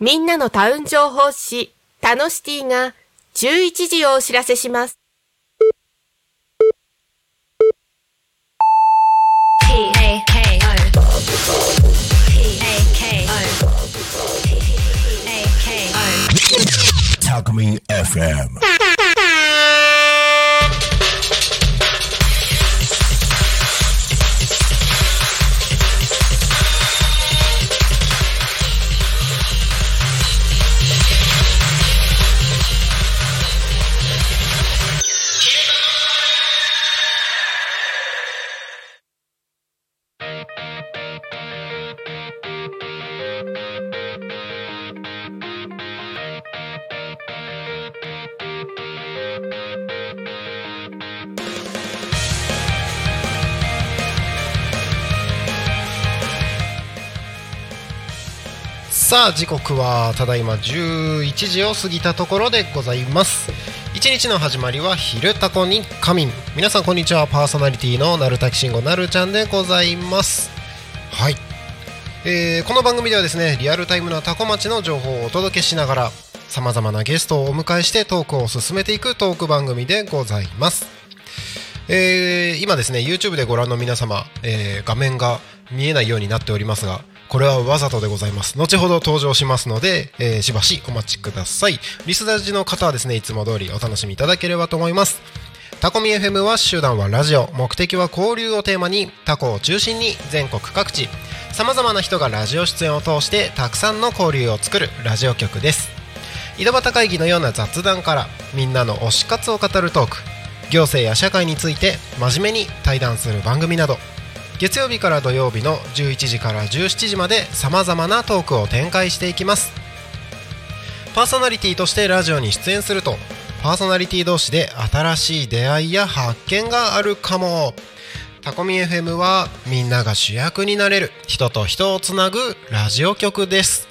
みんなのタウン情報誌、タノシティが11時をお知らせします。 P-A-K-O. P-A-K-O. P-A-K-O. Talk Me FM. さあ時刻はただいま11時を過ぎたところでございます一日の始まりは「昼タコに仮眠」皆さんこんにちはパーソナリティのなるたきしんごなるちゃんでございますはい、えーこの番組ではですねリアルタイムなタコ町の情報をお届けしながらさまざまなゲストをお迎えしてトークを進めていくトーク番組でございますえー今ですね YouTube でご覧の皆様、えー画面が見えないようになっておりますがこれはわざとでございます後ほど登場しますので、えーしばしお待ちくださいリスナーの方はですねいつも通りお楽しみいただければと思いますタコミ FM は集団はラジオ目的は交流をテーマにタコを中心に全国各地さまざまな人がラジオ出演を通してたくさんの交流を作るラジオ局です井戸端会議のような雑談からみんなの推し活を語るトーク行政や社会について真面目に対談する番組など月曜日から土曜日の11時から17時までさまざまなトークを展開していきますパーソナリティとしてラジオに出演するとパーソナリティ同士で新しい出会いや発見があるかもタコミ FM はみんなが主役になれる人と人をつなぐラジオ局です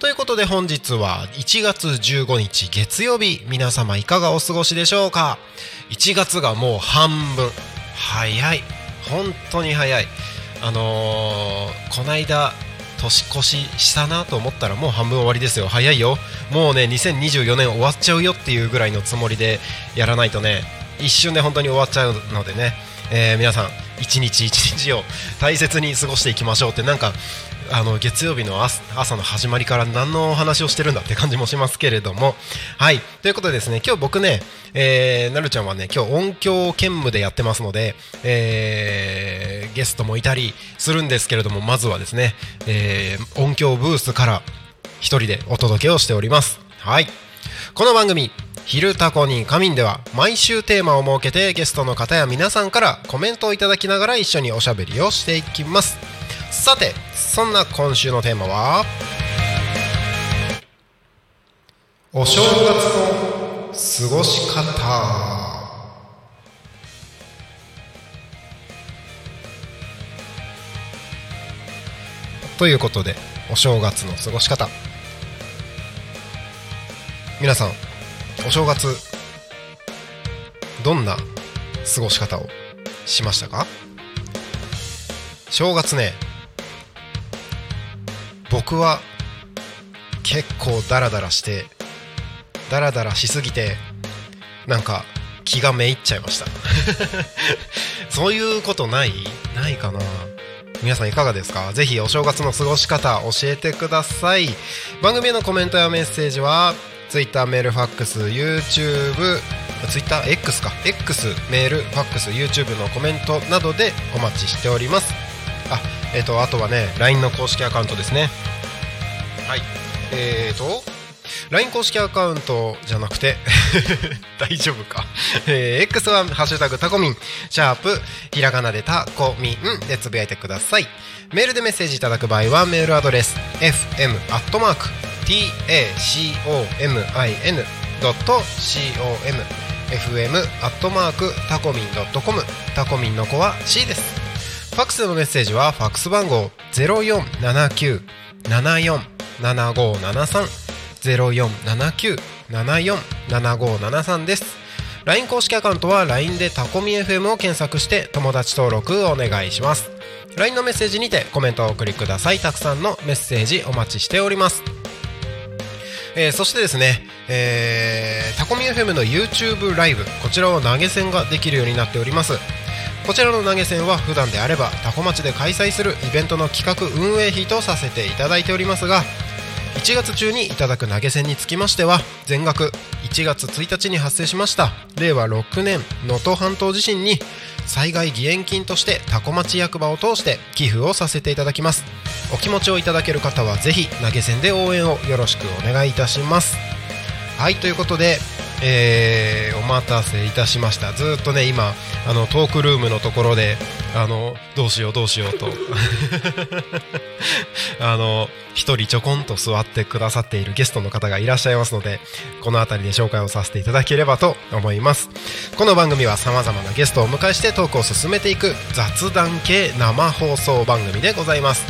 ということで本日は1月15日月曜日皆様いかがお過ごしでしょうか1月がもう半分早い本当に早いあのーこないだ年越ししたなと思ったらもう半分終わりですよ早いよもうね2024年終わっちゃうよっていうぐらいのつもりでやらないとね一瞬で本当に終わっちゃうのでね、えー皆さん一日一日を大切に過ごしていきましょうってなんかあの月曜日の朝朝の始まりから何のお話をしてるんだって感じもしますけれどもはいということでですね今日僕ね、えーなるちゃんはね今日音響兼務でやってますので、えーゲストもいたりするんですけれどもまずはですね、えー音響ブースから一人でお届けをしておりますはいこの番組「昼タコに仮眠」では毎週テーマを設けてゲストの方や皆さんからコメントをいただきながら一緒におしゃべりをしていきますさてそんな今週のテーマはお正月の過ごし方ということでお正月の過ごし方皆さんお正月どんな過ごし方をしましたか正月ね僕は結構ダラダラしてダラダラしすぎてなんか気がめいっちゃいました そういうことないないかな皆さんいかがですかぜひお正月の過ごし方教えてください番組へのコメントやメッセージは Twitter メールファックス YouTube TwitterX か X メールファックス YouTube のコメントなどでお待ちしておりますあえっ、とあとはね LINE の公式アカウントですねはいえっ、と LINE 公式アカウントじゃなくて 大丈夫か、えー X は「ハッシュタグタコミン」シャープひらがなでタコミンでつぶやいてくださいメールでメッセージいただく場合はメールアドレス fm.tacomin.com fm アットマークタコミン .com タコミンの子は C ですファックスのメッセージはファックス番号0479 747573 0479 747573です。LINE 公式アカウントは LINE でタコミ FM を検索して友達登録お願いします。LINE のメッセージにてコメントをお送りください。たくさんのメッセージお待ちしております。えーそしてですね、えータコミ FM の YouTube ライブこちらは投げ銭ができるようになっておりますこちらの投げ銭は普段であればタコ町で開催するイベントの企画運営費とさせていただいておりますが1月中にいただく投げ銭につきましては全額1月1日に発生しました令和6年能登半島地震に災害義援金としてタコ町役場を通して寄付をさせていただきますお気持ちをいただける方はぜひ投げ銭で応援をよろしくお願いいたしますはいということで、えーお待たせいたしましたずーっとね今あのトークルームのところであのどうしようどうしようと あの一人ちょこんと座ってくださっているゲストの方がいらっしゃいますのでこの辺りで紹介をさせていただければと思いますこの番組は様々なゲストをお迎えしてトークを進めていく雑談系生放送番組でございます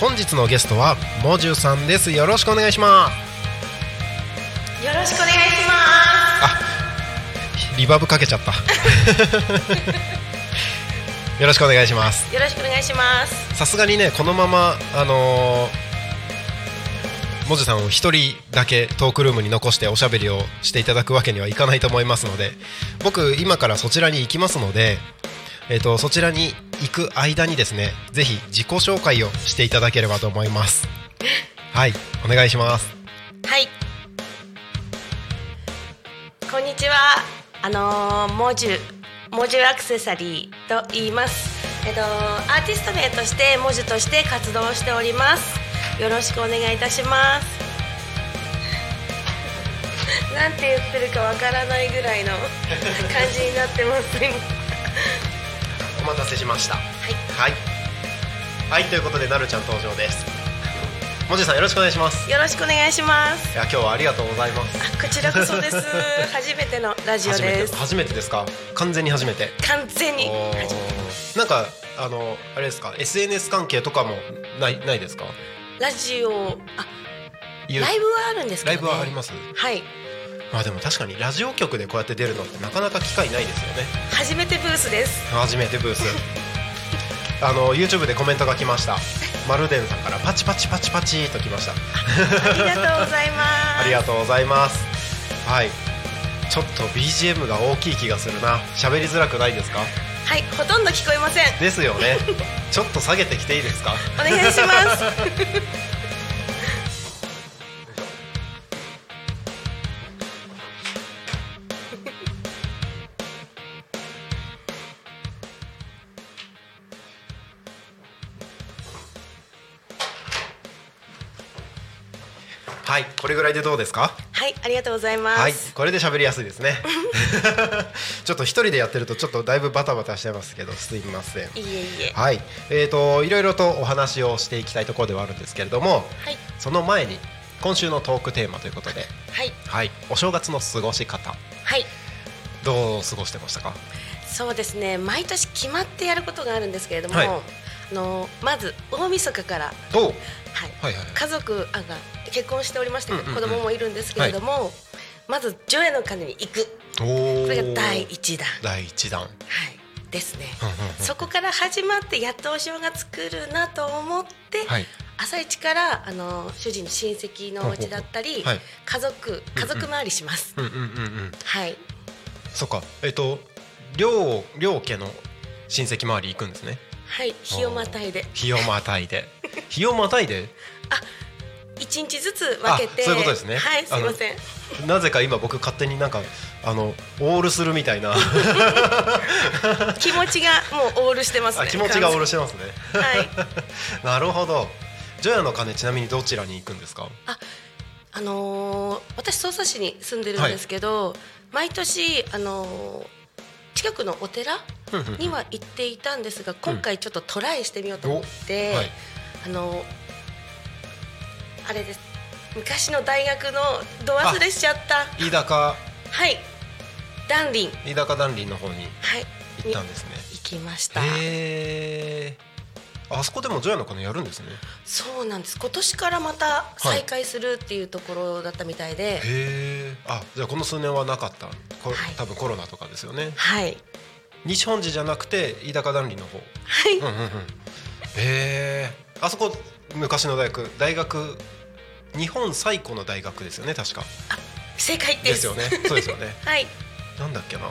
本日のゲストはもじゅさんですよろしくお願いしますよろしくお願いしまリバーブかけちゃった よろしくお願いしますす。よろしくお願いします。さすがにねこのままあのー、もじさんを一人だけトークルームに残しておしゃべりをしていただくわけにはいかないと思いますので僕今からそちらに行きますので、えっとそちらに行く間にですねぜひ自己紹介をしていただければと思い ますはいお願いしますはい。こんにちは。あのー、モジュ、モジュアクセサリーと言います。えっと、アーティスト名として、モジュとして活動しております。よろしくお願いいたします。 なんて言ってるかわからないぐら いの感じになってます。今お待たせしましたはい。はいはいということでなるちゃん登場ですもじさんよろしくお願いしますよろしくお願いします。いや今日はありがとうございますこちらこそです。初めてのラジオ初めでてす。初めてですか完全に初めて完全にお初めてーなんかあのあれですか SNS 関係とかもないないですかラジオあいうライブはあるんですけど、ラね、イブはありますはいまあでも確かにラジオ局でこうやって出るのってなかなか機会ないですよね初めてブー スです初めてブー スあの YouTube でコメントが来ましたマルデンさんからパチパチパチパチと来ましたありがとうございますありがとうございますはいちょっと BGM が大きい気がするな喋りづらくないですかはいほとんど聞こえませんですよ ねちょっと下げてきていいですかお願い しますはいこれぐらいでどうですかはいありがとうございます、はい、これで喋りやすいです ね。 ちょっと一人でやってるとちょっとだいぶバタバタしちゃいますけど、すいません。い、いえいえはい、えーといろいろとお話をしていきたいところではあるんですけれども、はいその前に今週のトークテーマということで、はいはい、お正月の過ごし方はいどう過ごしてましたか？そうですね毎年決まってやることがあるんですけれども、はいあのまず大晦日からお、はいはいはいはい。家族あが結婚しておりまして、うんうんうん子供もいるんですけれども、まず除夜の鐘に行くおーこれが第一弾第一弾。はい、ですねうんうんうん。そこから始まってやっとお正月来るなと思って、はい朝一からあの主人の親戚のお家だったり、ほうほうほうはい家族家族回りします。うんうんうんうん。はい、そっか。えっ、と両両家の親戚周り行くんですね。はい、日をまたいで日をまたい で日をまたいで一日ずつ分けて、あそういうことですねはい、すいません。なぜか今僕勝手になんかあのオールするみたいな気持ちがもうオールしてますあね。気持ちがオールししてますねはい、なるほど除夜の鐘ちなみにどちらに行くんですかあのー私匝瑳市に住んでるんですけど、毎年あのー近くのお寺には行っていたんですが今回ちょっとトライしてみようと思って、おはいあのあれです昔の大学のど忘れしちゃった飯高はいダンリン飯高団林の方にはい行ったんですね行きました、へえあそこでも除夜の鐘やるんですねそうなんです今年からまた再開するっていうところだったみたいでへえあじゃあこの数年はなかったこはい多分コロナとかですよねはい西本寺じゃなくて飯高団林の方はい、うんうんうんへえあそこ昔の大学大学日本最古の大学ですよね確か正解でですすよねそうですよねはいなんだっけな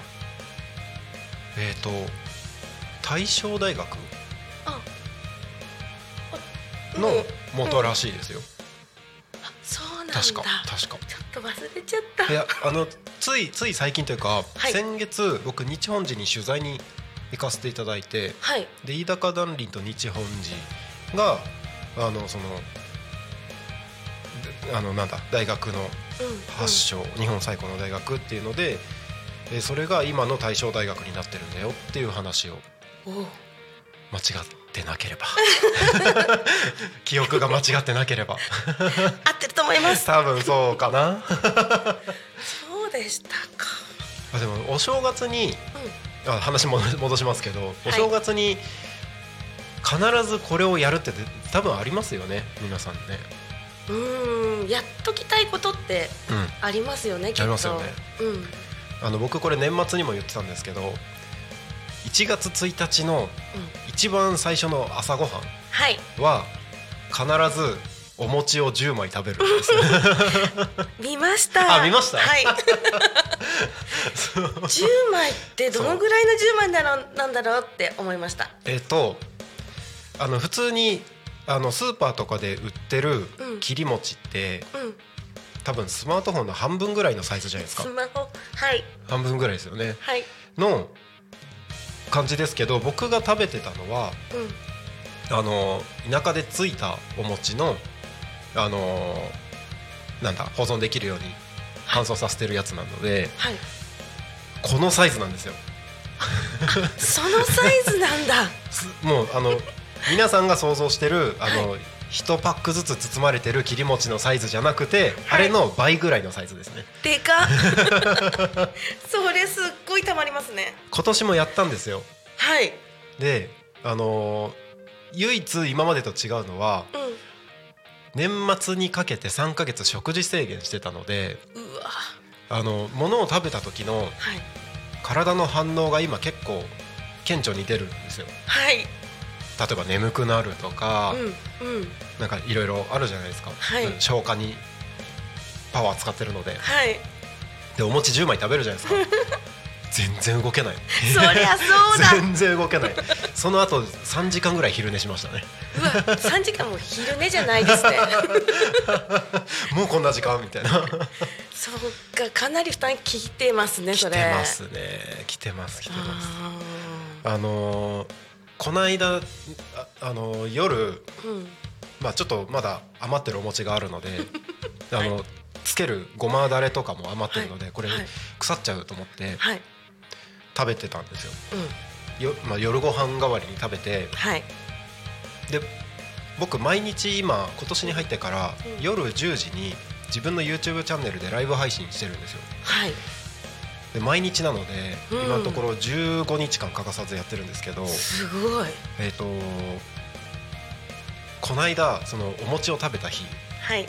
えっ、と大正大学ああのうん元らしいですよ、あそうなんだ確か確かちょっと忘れちゃったいやあのついつい最近というか、はい先月僕日本人に取材に行かせていただいてはいで飯高団林と日本人があのそのであのなんだ大学のうんうん発祥、日本最古の大学っていうのでえそれが今の大正大学になってるんだよっていう話をおう間違ってな ければ記憶が間違ってなければ合ってると思います多分そうかなそうでしたかあでもお正月にうんあ話戻戻しますけどお正月に必ずこれをやるって多分ありますよね皆さんね。うーんやっときたいことってうんありますよねきっとありますよねうんあの僕これ年末にも言ってたんですけど1月1日の一番最初の朝ごはんはいは必ずお餅を10枚食べるん ですね見ましたあ見ましたはい そう10枚ってどのぐらいの10枚なのなんだろうって思いましたえっとあの普通にあのスーパーとかで売ってるうん切り餅って、うん多分スマートフォンの半分ぐらいのサイズじゃないですかスマホはい半分ぐらいですよねはいの感じですけど僕が食べてたのはうんあの田舎でついたお餅のあのなんだ保存できるように乾燥させてるやつなのではいこのサイズなんですよそのサイズな んだすもうあの 皆さんが想像してるあの、1パックずつ包まれてる切り餅のサイズじゃなくて、あれの倍ぐらいのサイズですねでかっ それすっごいたまりますね今年もやったんですよはいであの唯一今までと違うのはう年末にかけて3ヶ月食事制限してたのでんうわあの物を食べた時のはい体の反応が今結構顕著に出るんですよはい例えば眠くなるとか、うんうんなんかいろいろあるじゃないですか、はいうん消化にパワー使ってるので はいでお餅10枚食べるじゃないですか 全然動けないそりゃそうだ 全然動けないその後3時間ぐらい昼寝しましたねうわ3時間も昼寝じゃないです ねもうこんな時間みたいなそうかかなり負担きいてますね来そてれますね来てます来てますあのーこの間あ、あのー夜、あーうんまあ、ちょっとまだ余ってるお餅があるの であの、つけるごまだれとかも余ってるので、はいこれはい腐っちゃうと思ってはい食べてたんですようんよ、まあ、夜ご飯代わりに食べてはいで僕毎日今今年に入ってから、うん夜10時に自分の YouTube チャンネルでライブ配信してるんですよはいで毎日なので、うん今のところ15日間欠かさずやってるんですけどすごいえっ、とこの間そのお餅を食べた日はい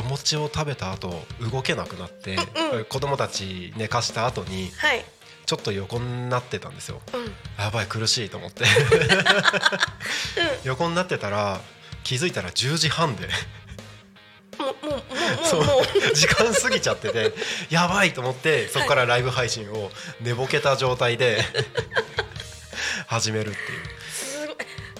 お餅を食べた後動けなくなって、うんうん子供たち寝かした後にはいちょっと横になってたんですようんやばい苦しいと思って横になってたら気づいたら10時半でもうもうもうそうもうもう時間過ぎちゃっててやばいと思ってそこからライブ配信を寝ぼけた状態で 始めるっていうすごい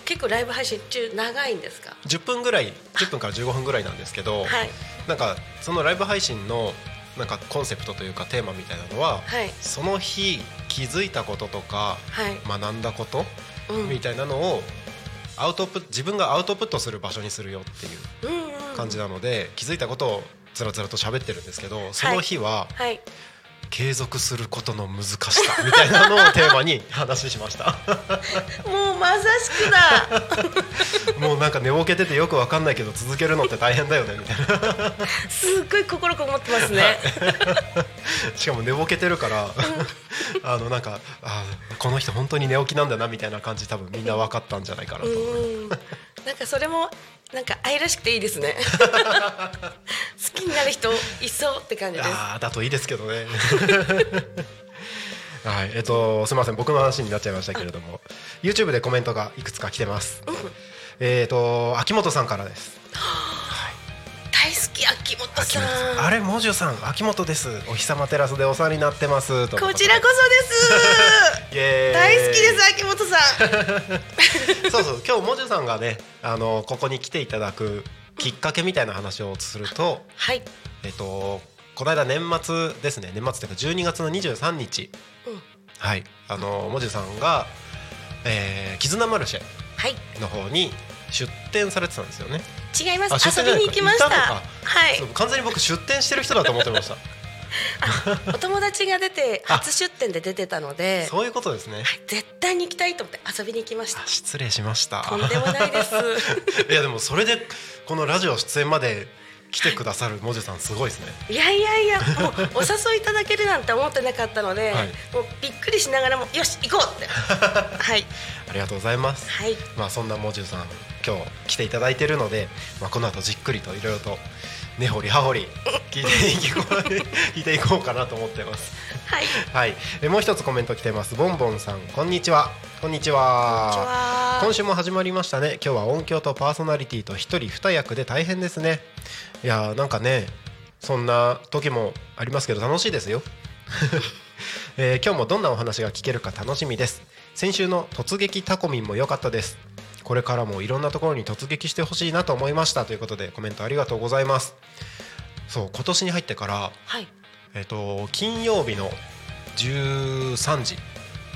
結構ライブ配信中長いんですか10分ぐらい10分から15分ぐらいなんですけど、はいなんかそのライブ配信のなんかコンセプトというかテーマみたいなのは、はいその日気づいたこととかはい学んだことうんみたいなのをアウトプ自分がアウトプットする場所にするよっていううんうん感じなので、気づいたことをつらつらと喋ってるんですけどその日ははい継続することの難しさ みたいなのをテーマに話しました もうまさしくだもうなんか寝ぼけててよくわかんないけど続けるのって大変だよねみたいなすっごい心こもってますね、 しかも寝ぼけてるからあのなんかあーこの人本当に寝起きなんだなみたいな感じ多分みんな分かったんじゃないかなと、うんなんかそれもなんか愛らしくていいです ね好きになる人いそうって感じですああだといいですけどね。 はい、えっとすみません僕の話になっちゃいましたけれども、YouTube でコメントがいくつか来てます。えっ、と秋元さんからです。大好き秋元秋さん元さんあれモジュさん秋元です。お日様テラスでお世話になってます。とのことちらこそ イですエーイ大好きです秋元さんそうそう今日モジュさんがねあのここに来ていただくきっかけみたいな話をするとはいえっとこの間年末ですね年末というか12月の23日、うんはいあのモジュさんが、えー、絆マルシェはいの方に出店されてたんですよね。違いまあ出す店遊じゃびないに行きましたいたのかはいそう完全に僕出店してる人だと思ってま した。お友達が出てあ初出店で出てたのでそういうことですね。絶対に行きたいと思って遊びに行きましたあ失礼しました。とんでもないです いやでもそれでこのラジオ出演まで来てくださるモジュさんすごいですね。いやいやいやもうお誘いいただけるなんて思ってなかったので、はいもうびっくりしながらもよし行こ うってはいありがとうございます。はいまあそんなモジュさん今日来ていただいてるので、まあこの後じっくりといろいろと根掘り葉掘 り聞いていこう聞いていこうかなと思ってます。はいはい。えもう一つコメント来てます。ボンボンさんこんにちは。こんにちこんにちは。は今週も始まりましたね。今日は音響とパーソナリティと一人二役で大変ですね。いやーなんかねそんな時もありますけど楽しいですよ。 えー今日もどんなお話が聞けるか楽しみです先週の突撃タコミンも良かったですこれからもいろんなところに突撃してほしいなと思いましたということでコメントありがとうございますそう今年に入ってからはいえっ、と金曜日の13時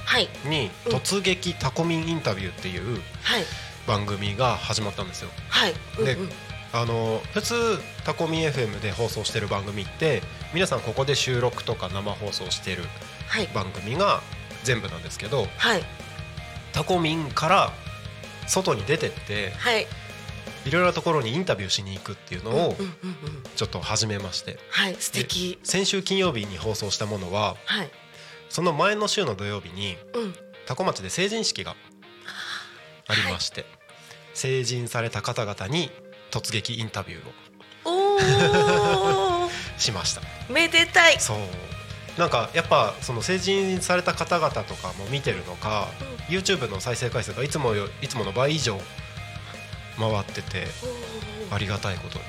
はいに「うん突撃タコミンインタビュー」っていうはい番組が始まったんですよはい、うんでうんあの普通タコミン FM で放送してる番組って皆さんここで収録とか生放送してるはい番組が全部なんですけどはいタコミンから外に出てってはいいろいろなところにインタビューしに行くっていうのをうんうんうんちょっと始めましてはい素敵先週金曜日に放送したものははいその前の週の土曜日にうんタコ町で成人式がありまして、成人された方々に突撃インタビューを おおしました。めでたいそうなんかやっぱその成人された方々とかも見てるのか、YouTube の再生回数がいつもよいつもの倍以上回ってておーありがたいことに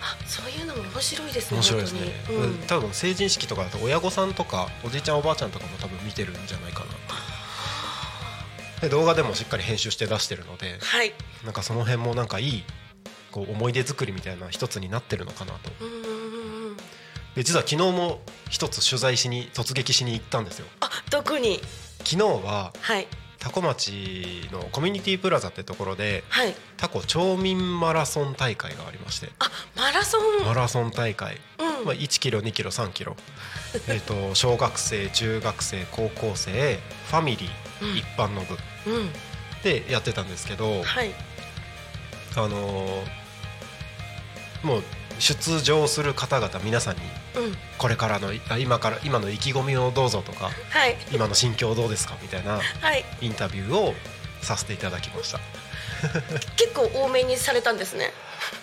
あそういうのも面白いですね面白いですね、本当にうん多分成人式とかだと親御さんとかおじいちゃんおばあちゃんとかも多分見てるんじゃないかなっていうで動画でもしっかり編集して出してるのではいなんかその辺もなんかいいこう思い出作りみたいな一つになってるのかなとうんうんうんで実は昨日も一つ取材しに突撃しに行ったんですよあどこに昨日ははいタコ町のコミュニティプラザってところではいタコ町民マラソン大会がありましてあマラソンマラソン大会、うんまあ、1キロ2キロ3キ ロえーと小学生中学生高校生ファミリうんー一般の部うんでやってたんですけど、はいあのーもう出場する方々皆さんにうんこれからのあ今から今の意気込みをどうぞとかはい今の心境どうですかみたいなはいインタビューをさせていただきました。結構多めにされたんですね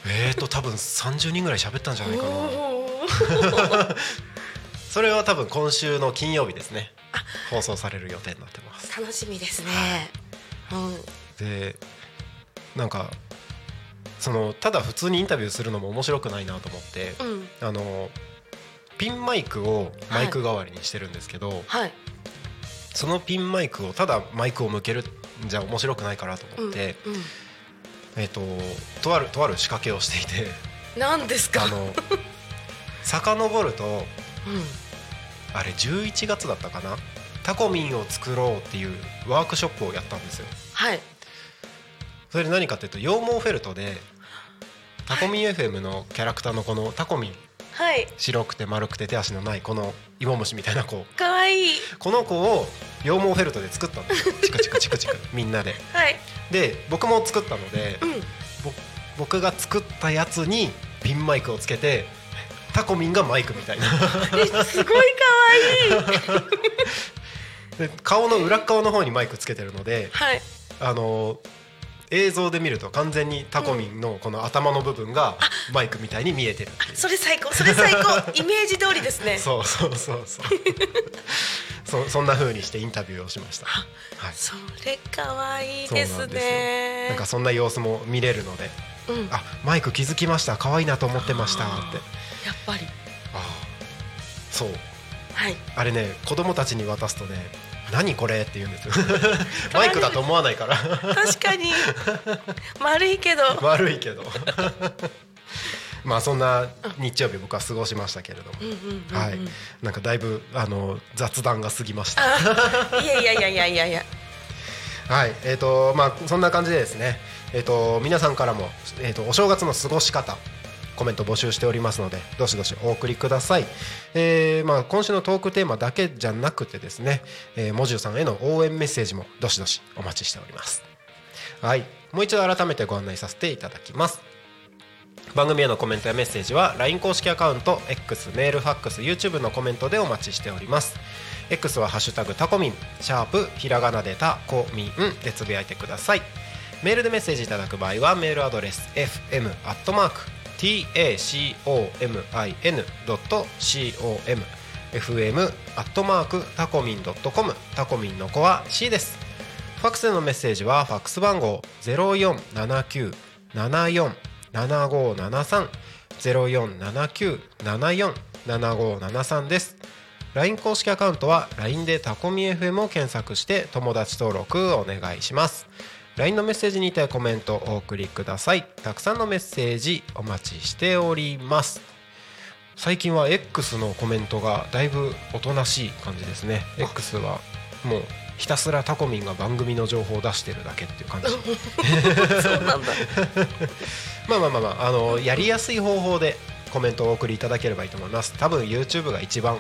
えーと多分30人ぐらい喋ったんじゃないかなおーそれは多分今週の金曜日ですね放送される予定になってます楽しみですねうんでなんかそのただ普通にインタビューするのも面白くないなと思ってうんあのピンマイクをマイク代わりにしてるんですけど、はいそのピンマイクをただマイクを向けるんじゃ面白くないかなとう思っんて、うえー、ととあるとある仕掛けをしていてんなんですかあ の遡るとうんあれ11月だったかなタコミンを作ろうっていうワークショップをやったんですよはいそれで何かっていうと羊毛フェルトでタコミン FM のキャラクターのこのタコミンはい白くて丸くて手足のないこの芋虫みたいな子可愛いいこの子を羊毛フェルトで作ったんですよチクチクチクチク みんなではいで僕も作ったのでうんぼ僕が作ったやつにピンマイクをつけてタコミンがマイクみたいな えすごい可愛いいで顔の裏側の方にマイクつけてるのではいあの映像で見ると完全にタコミンのこの頭の部分がマイクみたいに見えてるっていう、 それ最高それ最高イメージ通りですねそうそうそうそうそそんな風にしてインタビューをしました、はい、それ可愛いそうなでんですすよねなんかそんな様子も見れるのでうんあマイク気づきました可愛いなと思ってましたってやっぱりああそうはいあれね子供たちに渡すとね何これって言うん ですよマイクだと思わないから確か に丸いけど 悪いけどまあそんな日曜日僕は過ごしましたけれども、はいなんかだいぶあの雑談が過ぎましたいやいやいやいやいやいやはいえーとまあ、そんな感じでですね、えー、と皆さんからも、えー、とお正月の過ごし方コメント募集しておりますのでどしどしお送りください、えーまあ、今週のトークテーマだけじゃなくてですね、えー、モジュさんへの応援メッセージもどしどしお待ちしておりますはいもう一度改めてご案内させていただきます番組へのコメントやメッセージは LINE 公式アカウント X メールファックス YouTube のコメントでお待ちしております X は「ハッシュタグタコミン」シャープひらがなでタコミンでつぶやいてくださいメールでメッセージいただく場合はメールアドレス fm tacomin.com fm アットマークタコミン .com タコミンの子は C ですファックスでのメッセージはファックス番号0479 74 7573 0479 74 7573です。LINE 公式アカウントは LINE でタコミ FM を検索して友達登録お願いします。LINE のメッセージにてコメントをお送りください。たくさんのメッセージお待ちしております。最近は X のコメントがだいぶおとなしい感じですね X はもうひたすらタコミンが番組の情報を出してるだけっていう感じ そうなんだ まあまあまあまああのやりやすい方法でコメントをお送りいただければいいと思います多分 YouTube が一番、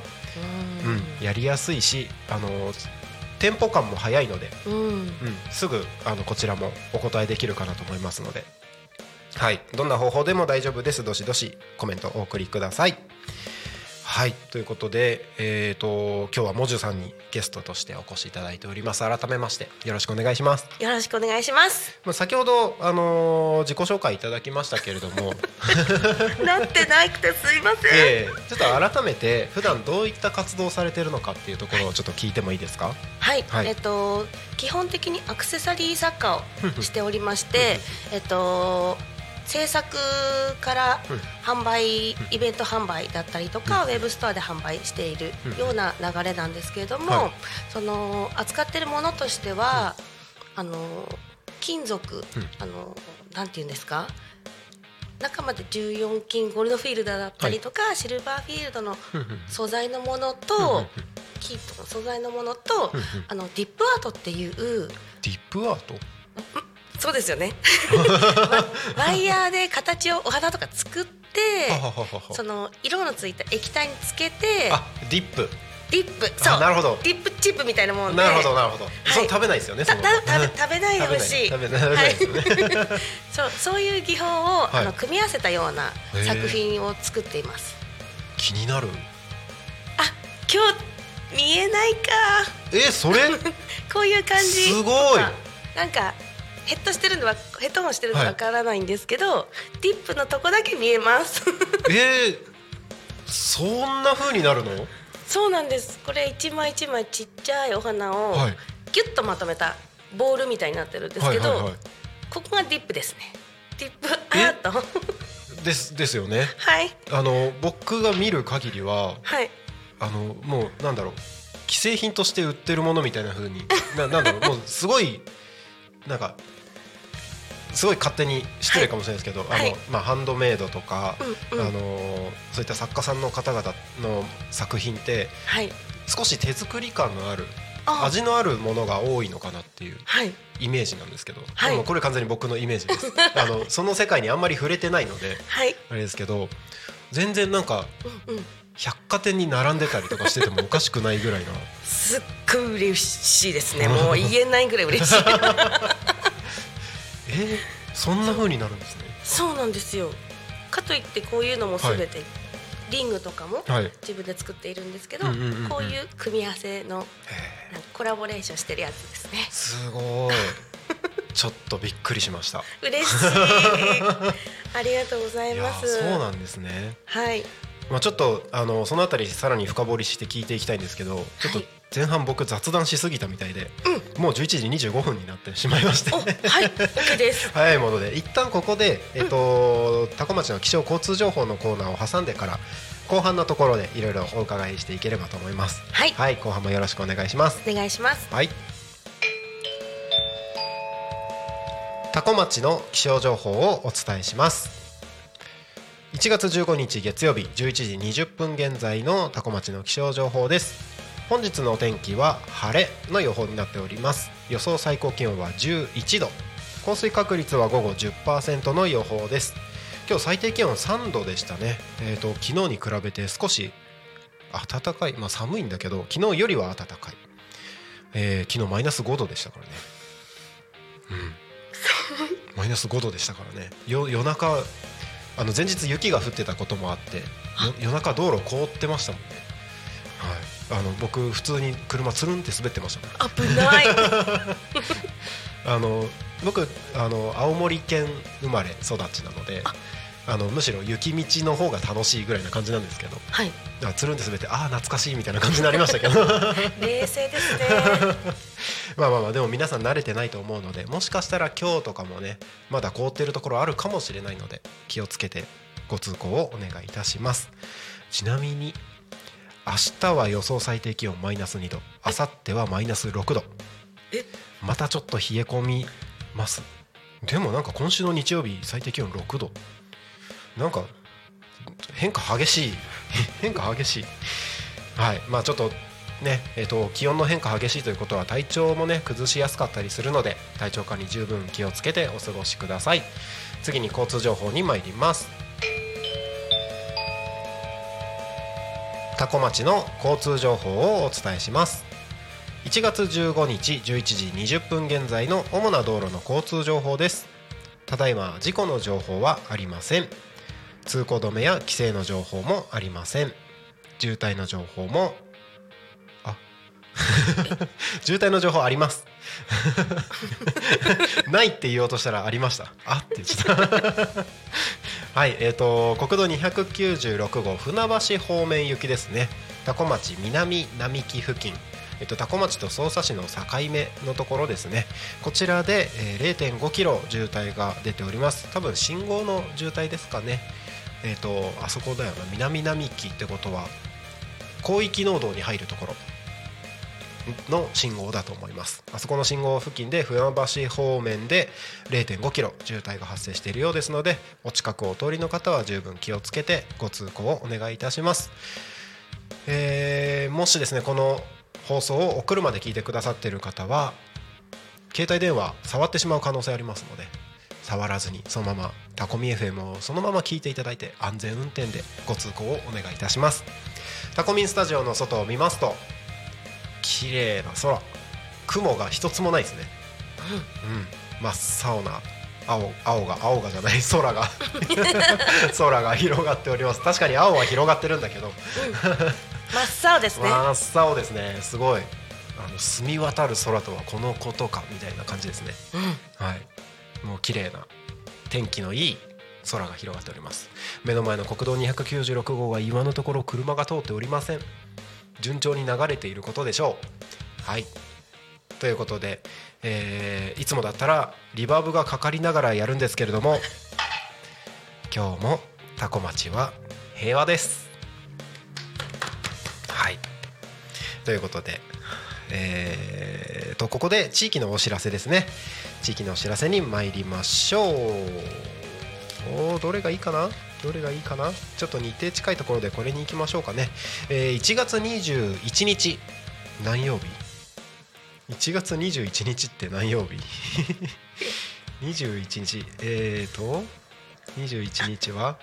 うん、やりやすいしあのテンポ感も早いので、うんうん、すぐあのこちらもお答えできるかなと思いますのではいどんな方法でも大丈夫ですどしどしコメントお送りくださいはいということでえっ、と今日はもじゅさんにゲストとしてお越しいただいております改めましてよろしくお願いしますよろしくお願いしますまあ先ほどあのー自己紹介いただきましたけれど も、なってなくてすいません、えーちょっと改めて普段どういった活動をされてるのかっていうところをちょっと聞いてもいいですかはい、はいえっと基本的にアクセサリー作家をしておりまして、えっと制作からうん販売、イベント販売だったりとか、ウェブストアで販売しているうんような流れなんですけれども、はいその扱ってるものとしては、あの金属、うんあのなんて言うんですか中まで14金ゴールドフィールダーだったりとか、シルバーフィールドの素材のものと金とか素材のものとあのディップアートっていうディップアートそうです よねワワイヤーで形をお花とか作ってははははその色のついた液体につけてあディップディップあなるほどディップチップみたいなものでなるほどなるほど、いそれ食べないですよねたそのた食べ食べないでほしい食べない食べない食べないですよね、そうそういう技法を、はいあの組み合わせたようなへー作品を作っています気になるあ今日見えないかえそれこういう感じすとかごいなんかヘッドしてるのはヘッドホンしてるのわからないんですけど、ディップのとこだけ見えます えー、そんな風になるのそうなんですこれ一枚一枚ちっちゃいお花をはいギュッとまとめたボールみたいになってるんですけど、はいはいはここがディップですねディップアートい、ですですよねはいあの僕が見る限りははいあのもうなんだろう既製品として売ってるものみたいな風にななんだろう もうすごいなんかすごい勝手に失礼かもしれないですけど、はいあのまあ、ハンドメイドとか、うんうんあのそういった作家さんの方々の作品ってはい少し手作り感のあるあ味のあるものが多いのかなっていうはいイメージなんですけど、はいでもこれ完全に僕のイメージです あのその世界にあんまり触れてないのではいあれですけど全然なんかうんうん百貨店に並んでたりとかしててもおかしくないぐらいなすっごい嬉しいですねもう言えないぐらい 嬉しいえー、そんな風になるんですねそうなんですよかといってこういうのも全て、はいリングとかもはい自分で作っているんですけど、うんうんうんうんこういう組み合わせのへなんかコラボレーションしてるやつ ですねーすごいちょっとびっくりしました嬉しいありがとうございいやまーすそうなんですねはいまあ、ちょっとあのそのあたりさらに深掘りして聞いていきたいんですけどちょっとはい前半僕雑談しすぎたみたいで、もう11時25分になってしまいましておはい OK です早いもので一旦ここで、えっと多古町の気象交通情報のコーナーを挟んでから後半のところでいろいろお伺いしていければと思いますはいはい、後半もよろしくお願いしますお願いしますはい多古町の気象情報をお伝えします1月15日月曜日11時20分現在の多古町の気象情報です本日のお天気は晴れの予報になっております予想最高気温は11度降水確率は午後10%の予報です今日最低気温3度でしたねえっ、と昨日に比べて少し暖かいまあ寒いんだけど昨日よりは暖かいえー昨日マイナス5度でしたからね。うん。マイナス5度でしたからね。よ夜中あの前日雪が降ってたこともあって、よ夜中道路凍ってましたもんね。はい。あの僕普通に車つるんって滑ってましたね。危 ないあの僕あの青森県生まれ育ちなので。あのむしろ雪道の方が楽しいぐらいな感じなんですけどはいあつるんで滑ってああ懐かしいみたいな感じになりましたけど冷静ですねまあまあまあでも皆さん慣れてないと思うのでもしかしたら今日とかもねまだ凍ってるところあるかもしれないので気をつけてご通行をお願いいたしますちなみに明日は予想最低気温マイナス2度明後日はマイナス6度えまたちょっと冷え込みますでもなんか今週の日曜日最低気温6度なんか変化激しい 変化激しいはいまあちょっとねえっと気温の変化激しいということは体調もね崩しやすかったりするので体調管理十分気をつけてお過ごしください次に交通情報に参ります多古町の交通情報をお伝えします1月15日11時20分現在の主な道路の交通情報ですただいま事故の情報はありません通行止めや規制の情報もありません渋滞の情報もあ 渋滞の情報あります ないって言おうとしたらありましたあって言っちゃった はいえー、と国道296号船橋方面行きですね多古町南並木付近えっと、多古町と匝瑳市の境目のところですねこちらで、えー、0.5キロ渋滞が出ております多分信号の渋滞ですかねえっ、とあそこだよな南並木ってことは広域農道に入るところの信号だと思いますあそこの信号付近で船橋方面で0.5キロ渋滞が発生しているようですのでお近くをお通りの方は十分気をつけてご通行をお願いいたしますえーもしですねこの放送をお車で聞いてくださっている方は携帯電話触ってしまう可能性ありますので触らずにそのままタコミ FM をそのまま聞いていただいて安全運転でご通行をお願いいたしますタコミンスタジオの外を見ますと綺麗な空雲が一つもないですねうん、真っ青な青青が青がじゃない空が 空が広がっております確かに青は広がってるんだけど真っ青ですね真っ青ですねすごいあの澄み渡る空とはこのことかみたいな感じですね、はいもう綺麗な天気のいい空が広がっております目の前の国道296号は今のところ車が通っておりません順調に流れていることでしょうはいということで、えーいつもだったらリバーブがかかりながらやるんですけれども 今日もタコ町は平和ですはいということで、えー、とここで地域のお知らせですね地域のお知らせに参りましょうおーどれがいいかなどれがいいかなちょっと日程近いところでこれに行きましょうかね、えー1月21日何曜日1月21日って何曜日 21日えーと21日は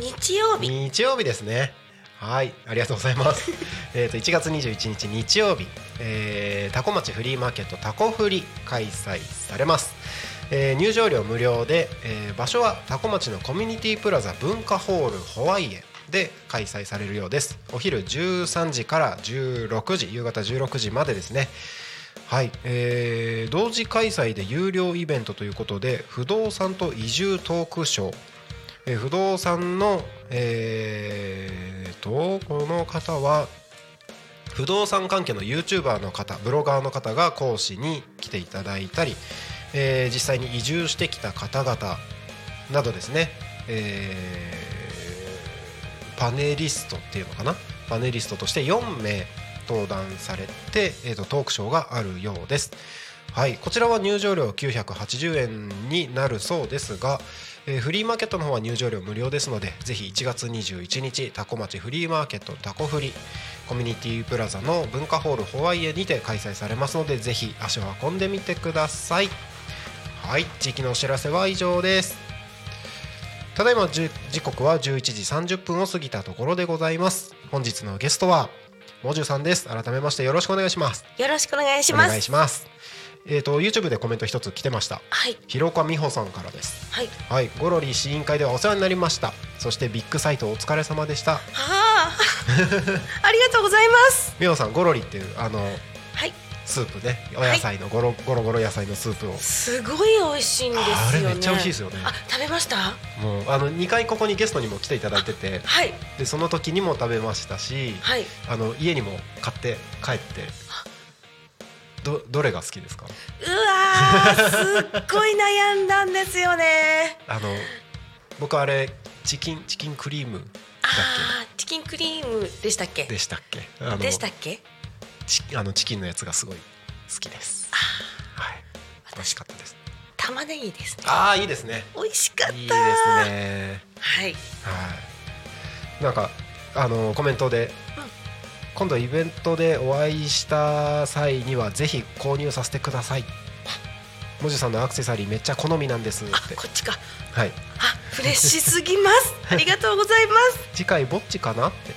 日曜日日曜日ですねはいありがとうございます えーと1月21日日曜日、えー、タコ町フリーマーケットタコフリ開催されます、えー入場料無料で、えー場所はタコ町のコミュニティプラザ文化ホールホワイエで開催されるようですお昼13時から16時夕方16時までですねはい、えー同時開催で有料イベントということで不動産と移住トークショーえー不動産のえーとこの方は不動産関係の YouTuber の方ブロガーの方が講師に来ていただいたり、えー実際に移住してきた方々などですね、えーパネリストっていうのかなパネリストとして4名登壇されて、えーとトークショーがあるようです。はい、こちらは入場料980円になるそうですが、えーフリーマーケットの方は入場料無料ですのでぜひ1月21日タコ町フリーマーケットタコフリコミュニティプラザの文化ホールホワイエにて開催されますのでぜひ足を運んでみてくださいはい地域のお知らせは以上ですただいまじゅ時刻は11時30分を過ぎたところでございます本日のゲストはもじゅさんです改めましてよろしくお願いしますよろしくお願いしおます願いしますえっ、と YouTube でコメント一つ来てましたはい広岡美穂さんからですはいはいゴロリー試飲会ではお世話になりましたそしてビッグサイトお疲れ様でしたあ あありがとうございます美穂さんゴロリっていうあのはいスープねお野菜のゴロ,、ゴロゴロ野菜のスープをすごい美味しいんですよねあれめっちゃ美味しいですよねあ食べましたもうあの2回ここにゲストにも来ていただいててはいでその時にも食べましたし、はいあの家にも買って帰ってどどれが好きですかうわーすっごい悩んだんですよねあの僕あれチキンチキンクリームあーチキンクリームでしたっけでしたっけあのでしたっけチあのチキンのやつがすごい好きです。はい。美味しかったです。玉ねぎですねああいいですね。美味しかったいいですね。はいはい。なんかあのコメントで、うん今度イベントでお会いした際にはぜひ購入させてください。もじゅさんのアクセサリーめっちゃ好みなんですっあて。こっちかはい。あ嬉しすぎ ますありがとうございます次回ぼっちかなって。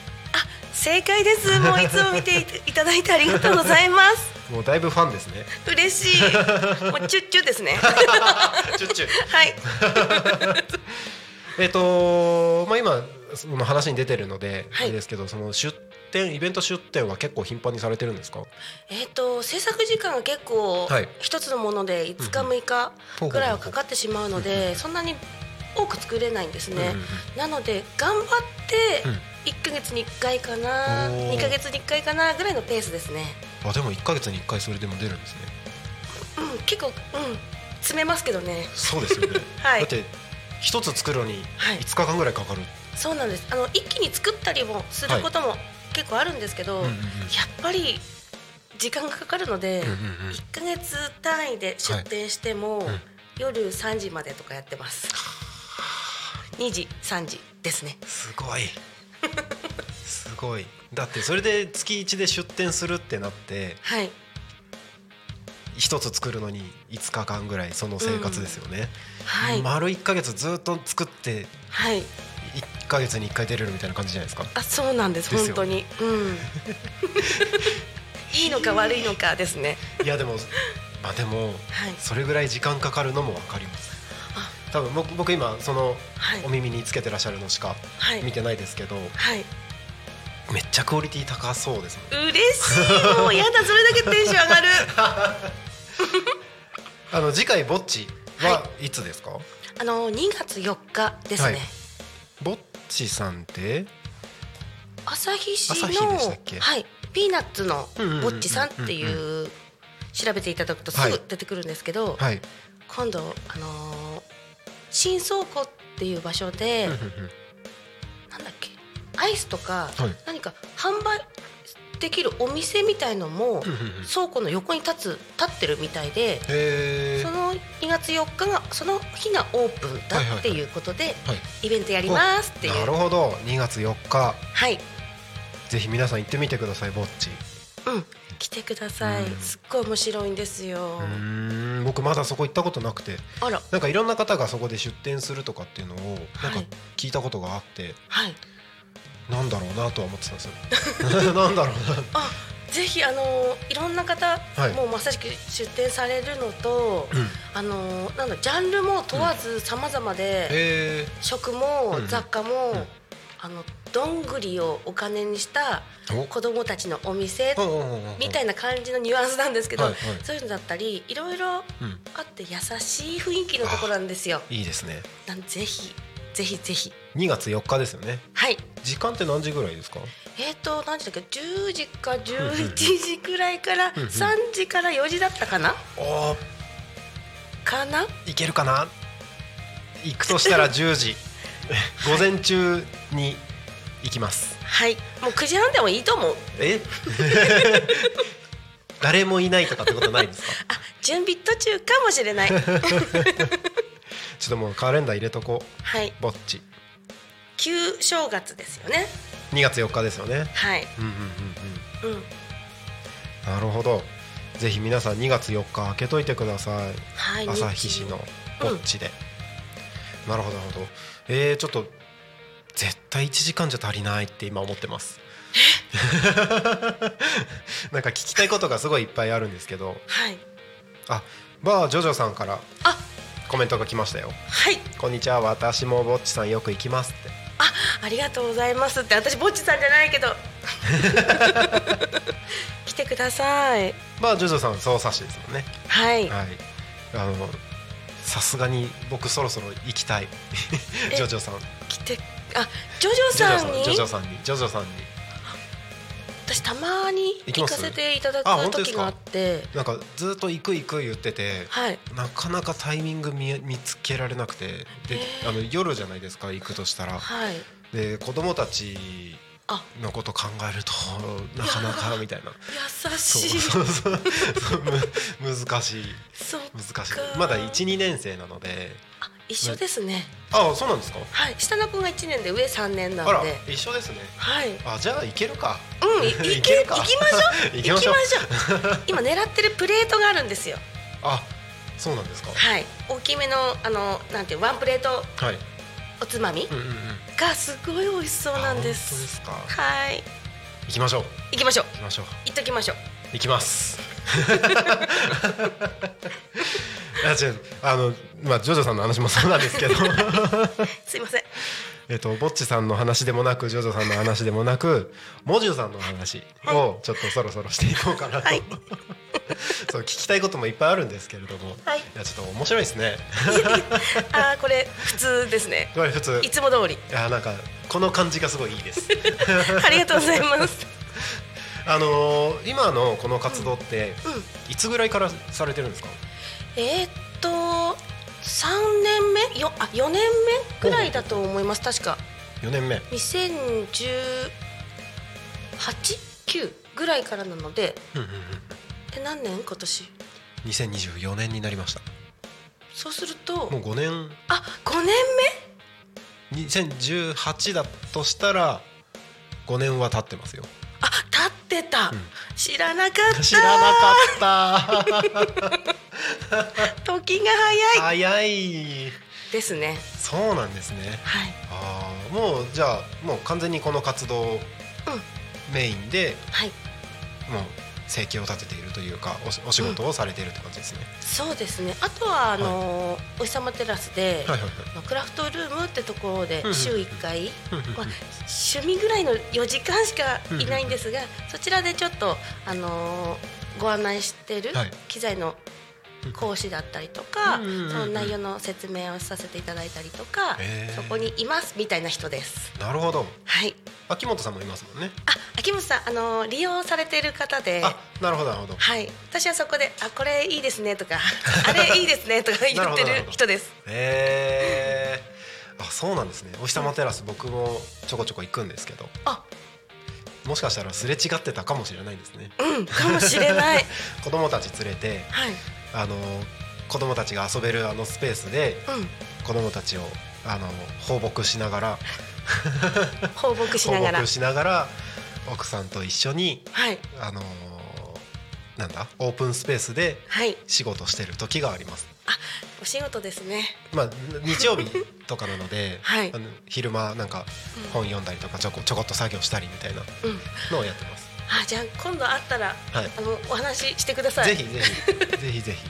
正解ですもういつも 見ていただいてありがとうございますもうだいぶファンですね。嬉しいもうチュッチュですねチュッチュ。はい えっとまあ、今その話に出てるので、はあいれですけどその出店イベント出店は結構頻繁にされてるんですかえっと制作時間が結構はい一つのもので5日うん6日ほうほうほうぐらいはかかってしまうのでそんなに多く作れないんですうねんうんなので頑張って1ヶ月に1回かなおー2ヶ月に1回かなぐらいのペースですねうんあでも1か月に1回それでも出るんですねうん結構うん詰めますけどねそうですよね、 はいだって1つ作るのにはい5日間ぐらいかかる、そうなんですあの一気に作ったりもすることも結構あるんですけど、うんうんうんやっぱり時間がかかるので、うんうんうん1ヶ月単位で出店しても、いうん夜3時までとかやってます2時3時ですねす ごいすごいだってそれで月1で出店するってなってはい1つ作るのに5日間ぐらいその生活ですよね、はい、丸1か月ずっと作ってはい1か月に1回出れるみたいな感じじゃないですかあそうなんですです本よ当にうん いいのか悪いのかですねいやでもまあでもはいそれぐらい時間かかるのもわかりますあ多分僕僕今そのはいお耳につけてらっしゃるのしかはい見てないですけど、はいめっちゃクオリティ高そうですもん嬉しいもうやだそれだけテンション上 がるあの次回ぼっちはいつですか、あの2月4日ですね、はいぼっちさんって朝日市朝日のでしたっけはい、ピーナッツのうんうんうんうんぼっちさんっていう調べていただくとすはいぐ出てくるんですけど、はい今度、あのー新倉庫っていう場所で、なんだっけアイスとか、はい何か販売できるお店みたいのもうんうんうん倉庫の横に立つ立ってるみたいで。 へえその2月4日がその日がオープンだっていうことで、はいイベントやりますっていうなるほど2月4日はいぜひ皆さん行ってみてくださいぼっちうん、来てください、うんすっごい面白いんですよう、ーん僕まだそこ行ったことなくてあらなんかいろんな方がそこで出店するとかっていうのをなんはかい聞いたことがあって、はいなんだろうなとは思ってたんです よ。 なんだろうあぜひあのーいろんな方、はいもうまさしく出店されるのと、な。あのーなんだジャンルも問わず様々で、え食もうん雑貨も、んあのどんぐりをお金にしたえー。子供たちのお店お。うんうんうんうんみたいな感じのニュアンスなんですけど、はいはいそういうのだったりいろいろあうんって優しい雰囲気のところなんですよ。いいですね。なんぜひぜひぜひ2月4日ですよね。はい時間って何時ぐらいですかえっ、と何時だっけ10時か11時くらいから3時から4時だったかなおーかないけるかな行くと したら10時午前中に行きますはいもう9時半でもいいと思うえ 誰もいないとかってことないんですかあ準備途中かもし れないちょっともうカレンダー入れとこはい、うぼっち旧正月ですよね。 2月4日ですよねはい、うんうんうんうん、うんなるほどぜひ皆さん2月4日開けといてくださいはい、朝日市のぼっちで、なるほどなるほどえー、ちょっと絶対1時間じゃ足りないって今思ってます なんか聞きたいことがすごいいっぱいあるんですけどはい、あバージョジョさんからあ、コメントが来ましたよはい、 「こんにちは私もぼっちさんよく行きます」ってあ、ありがとうございますって、私ぼっちさんじゃないけど。 来てください。バージョジョさん操作師ですもんねはい、はいあのさすがに僕そろそろ行きたいえジョジョさん来て、あ、ジョジョジョさジョさんんにジョジョさんにジョジョさんに私たまに行き行まかすせていただあ本く当です時かがあって。なんかずっと行く行く言ってて、はい、なかなかタイミング見え見つけられなくてでへーあの夜じゃないですか行くとしたらはい、で子供たちあ、のこと考えるとなかなかみたい な優そうしい。そうそうそうむ難しいそう、難しいそっかまだ12年生なのであ、一緒ですね。あそうなんですかはい、下の子が一年で上三年なあらんで。一緒ですねはい。あじゃあ行けるかうん、い い行けける行かきましょ う。行きましょうう今狙ってるプレートがあるんですよ。あそうなんですかはい。大きめのあのなんていうワンプレートはいおつまみうんうんうんがすごい美味しそうなあ本んで。当ですすかはい。行きましょう行きましょう。行きましょう行っときましょう。行きます。 あ、違う、あの、まあ、ジョジョさんの話もそうなんですけど。 すいません。えっと、ぼっちさんの話でもなく、ジョジョさんの話でもなく。モジュさんの話を、ちょっとそろそろしていこうかなと。はい そう、聞きたいこともいっぱいあるんですけれども。はいや、ちょっと面白いですね。あーこれ普通ですね。これ普通。いつも 通り。いや、なんか、この感じがすごいいい です。ありがとうございます。あのー今のこの活動って、うん。いつぐらいからされてるんですか。えーっと三年目よあ四年目くらいだと思います。確か。四年目。 2018 9ぐらいからなのでうんうんうん。え何年今年二千二十四年になりました。そうするともう五年。あ5年2018だとしたら5年は経ってますよ目あ経ってた、ん知らなかった知らなかっ時がた早い 早いですねそうなんですねはいあーもうじゃあもう完全にこの活動をメインではいもう生計を立てているというかおしお仕事をされているって感じですね、そうですねあとはあのーお日様テラスで、はいはいまあクラフトルームってところでうんうん週1回、はいまあ、趣味ぐらいの4時間しかいないんですが、そちらでちょっと、あのーご案内してるはい機材の講師だったりとか、うんうんうんうんその内容の説明をさせていただいたりとか、へーそこにいますみたいな人です。 なるほどはい、秋元さんもいますもんねあ秋元さん、あのー利用されてる方で。あなるほどなるほどはい、私はそこで「あこれいいですね」とか「あれいいですね」とか言ってなるほどなるるほど人です。へえあそうなんですねお日様テラス僕もちょこちょこ行くんですけどあもしかしたらすれ違ってたかもしれないですねうんかもしれない。子供たち連れてはい、あの子供たちが遊べるあのスペースでうん子供たちをあの放牧しながら放牧しなが放ら牧。しながら奥さんと一緒にはいあのなんだオープンスペースではい仕事してる時があります。お仕事ですね。まあ、日曜日とかなので、 はいあの昼間なんか本読んだりとかちょこちょこっと作業したりみたいなうん。のをやってます。あじゃあ今度会ったらはいあのお話ししてください。ぜひぜひ ぜひぜひ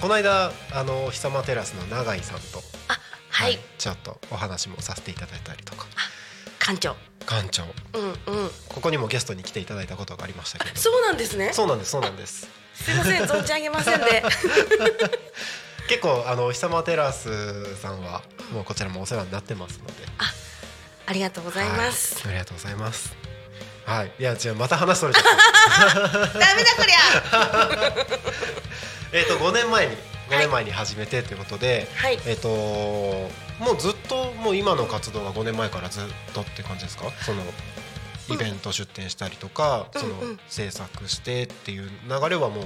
この間あのお日様テラスの永井さんと、あはい、ちょっとお話もさせていただいたりとか館長。館長うんうん。ここにもゲストに来ていただいたことがありました けどそうなんですね。そうなんですそうなんですすいません存じ上げません で。結構あのお日様テラスさんはもうこちらもお世話になってますのでありがとうございます、はいありがとうございますはいいや違うまた話それちゃったダメだこりゃえっと5年前に5年前に始めてということで、はいえっ、ともうずっともう今の活動は5年前からずっとって感じですかそのイベント出展したりとか、そのうんうん制作してっていう流れはもう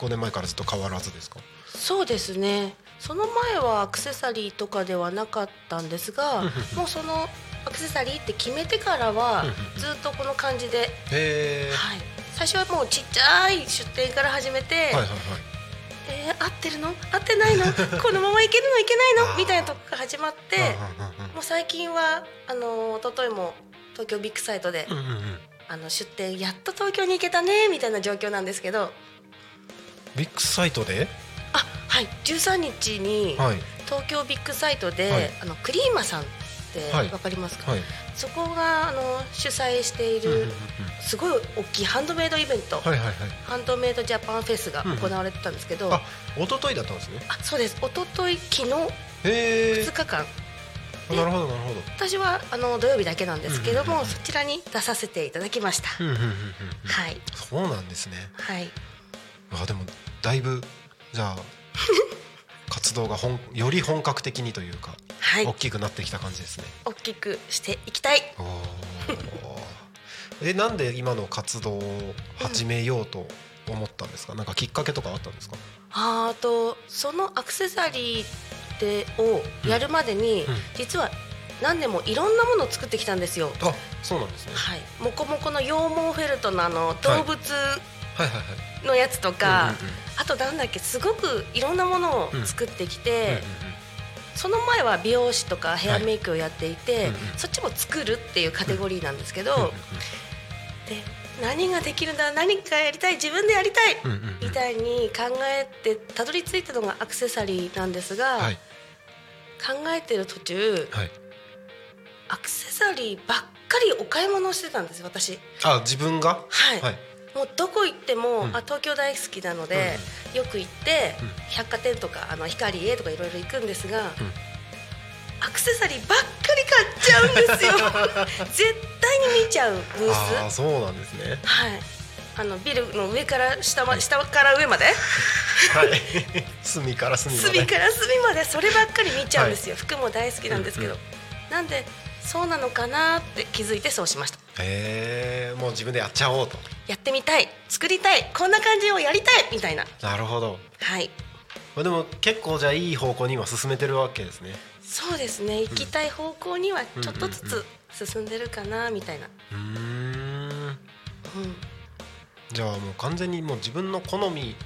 5年前からずっと変わらずですかそうですねその前はアクセサリーとかではなかったんですがもうそのアクセサリーって決めてからはずっとこの感じで、へえ、はい、最初はもうちっちゃい出店から始めて、はいはいはいえー合ってるの合っ てないのこのままいけるのいけないあーのみたいなとこから始まってうんもう最近はあのー一昨日も東京ビッグサイトで、うんうんうんうんうんあの出店やっと東京に行けたねみたいな状況なんですけどビッグサイトであはい13日にはい東京ビッグサイトで、はいあのクリーマさんってはいわかりますか、はいそこがあの主催していうんうんうるんすごい大きいハンドメイドイベント、はいはいはいハンドメイドジャパンフェスが行われてたんですけど、あ一昨日だったんですねあそうです一昨日昨日へ2日間えなるほどなるほど私はあの土曜日だけなんですけどうんうんも、うんそちらに出させていただきました、うんうんうんうんうんはいそうなんですねはいあでもだいぶじ ゃあ活動が本より本格的にというか、はい大きくなってきた感じですね。大きくしていきたいおー えなんで今の活動を始めようと思ったんですか、なんかきっかけとかあったんですか、あーあとそのアクセサリーでをやるまでに、うんうん実は何年もいろんなものを作ってきたんですよ。あそうなんですねはい、もこもこの羊毛フェルトのあの動物はいはいのやつとか、はいあとなんだっけすごくいろんなものを作ってきて、その前は美容師とかヘアメイクをやっていて、うんうんそっちも作るっていうカテゴリーなんですけど、うで何ができるんだ何かやりたい自分でやりたい、んうんうんうんうんうんうんみたいに考えてたどり着いたのがアクセサリーなんですが、はい考えてる途中はいアクセサリーばっかりお買い物をしてたんです私あ自分がはい、はいもうどこ行っても、うんあ東京大好きなので、よく行って、うん百貨店とかあの光栄とかいろいろ行くんですが、アクセサリーばっかり買っちゃうんで すよ絶対に見ちゃうブーああスそうなんですねはいあのビルの上から下ま、はい下から上まではい 隅から隅まで隅から隅までそればっかり見ちゃうんですよ、服も大好きなんですけど、うんなんでそうなのかなって気づいてそうしましたへえもう自分でやっちゃおうとやってみたい作りたいこんな感じをやりたいみたいななるほどはいまあ、でも結構じゃあいい方向に今進めてるわけですね。そうですね行きたい方向にはちょっとうんうんずつ進んでるかなみたいな、うんうん、じゃあもう完全にもう自分の好み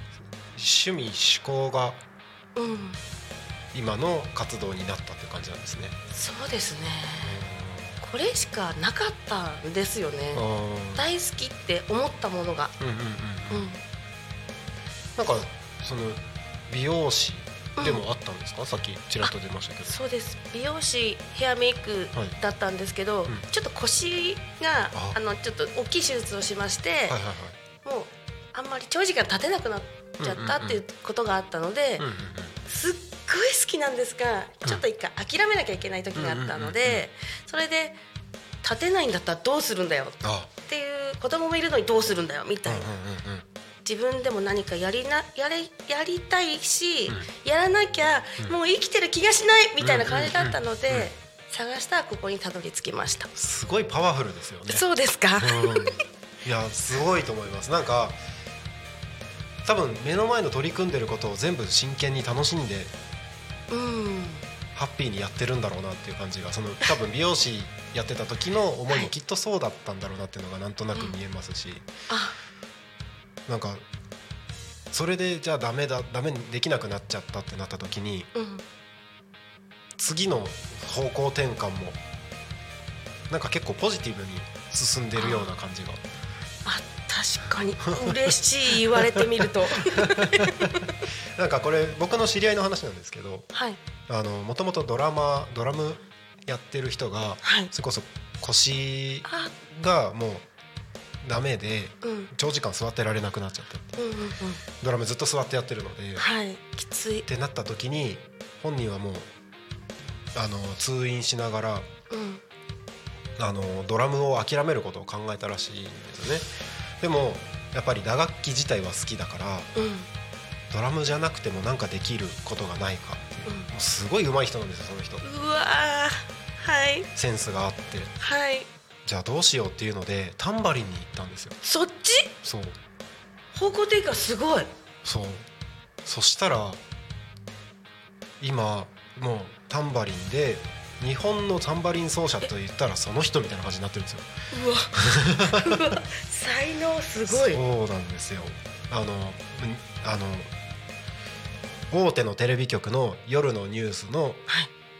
趣味嗜好がうん、今の活動になったっていう感じなんですね。そうですねこれしかなかったんですよねうんうん大好きって思ったものが、うんうんううんん、なんかその美容師でもあったんですか、さっきちらっと出ましたけど。そうです美容師ヘアメイクだったんですけど、いうんちょっと腰がああのちょっと大きい手術をしまして、はいはいはい。もうあんまり長時間立てなくなっちゃったっていうことがあったので、うんうんうん。すっごい好きなんですがちょっと一回諦めなきゃいけない時があっうんたので、うんうんうんそれで立てないんだったらどうするんだよあ、っていう子供もいるのにどうするんだよみうたんいうんな、うんうん。自分でも何かやりなやれやりたいし、うやらなきゃうんもう生きてる気がしないみたいな感じだったので、うんうんうんうん探したらここにたどり着きました、すごいパワフルですよね。そうですか、うんいやすごいと思いますなんか多分目の前の取り組んでることを全部真剣に楽しんでうんハッピーにやってるんだろうなっていう感じがその多分美容師やってた時の思いもきっとそうだったんだろうなっていうのがなんとなく見えますし、あなんかそれでじゃあダメだダメにできなくなっちゃったってなった時にうん次の方向転換もなんか結構ポジティブに進んでるような感じがあ確 かに嬉しい言われてみるとなんかこれ僕の知り合いの話なんですけどはいあのもともとドラマドラムやってる人がはいそれこそ腰あがもうダメでうん長時間座ってられなくなっちゃったってうんうんうんドラムずっと座ってやってるのでっはいきついてなった時に本人はもうあの通院しながらうんあのドラムを諦めることを考えたらしいんですよねでもやっぱり打楽器自体は好きだからうんうんドラムじゃなくてもなんかできることがないかっていうもうすごい上手い人なんですよその人うわーはいセンスがあってはいじゃあどうしようっていうのでタンバリンに行ったんですよそっちそう方向転換すごいそうそしたら今もうタンバリンで日本のタンバリン奏者と言ったらその人みたいな感じになってるんですようわうわ才能すごいそうなんですよあのんあの大手のテレビ局の夜のニュースの、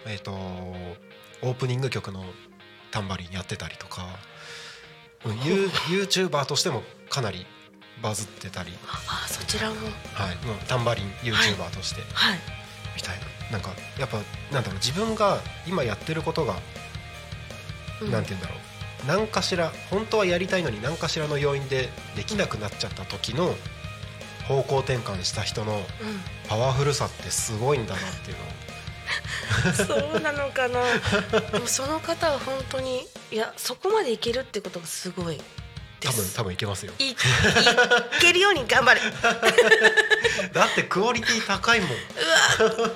えっとオープニング曲のタンバリンやってたりとかうんユー YouTuber としてもかなりバズってたり、あそちらもはい、もうタンバリン YouTuber としてはいみたいななんかやっぱなんだろう自分が今やってることがうんなんて言うんだろう何かしら本当はやりたいのに何かしらの要因でできなくなっちゃった時の方向転換した人のうパワフルさってすごいんだなっていうのをん、そうなのかなでもその方は本当にいやそこまでいけるってことがすごいで多分す多分いけますよいいいけるように頑張れだってクオリティ高いも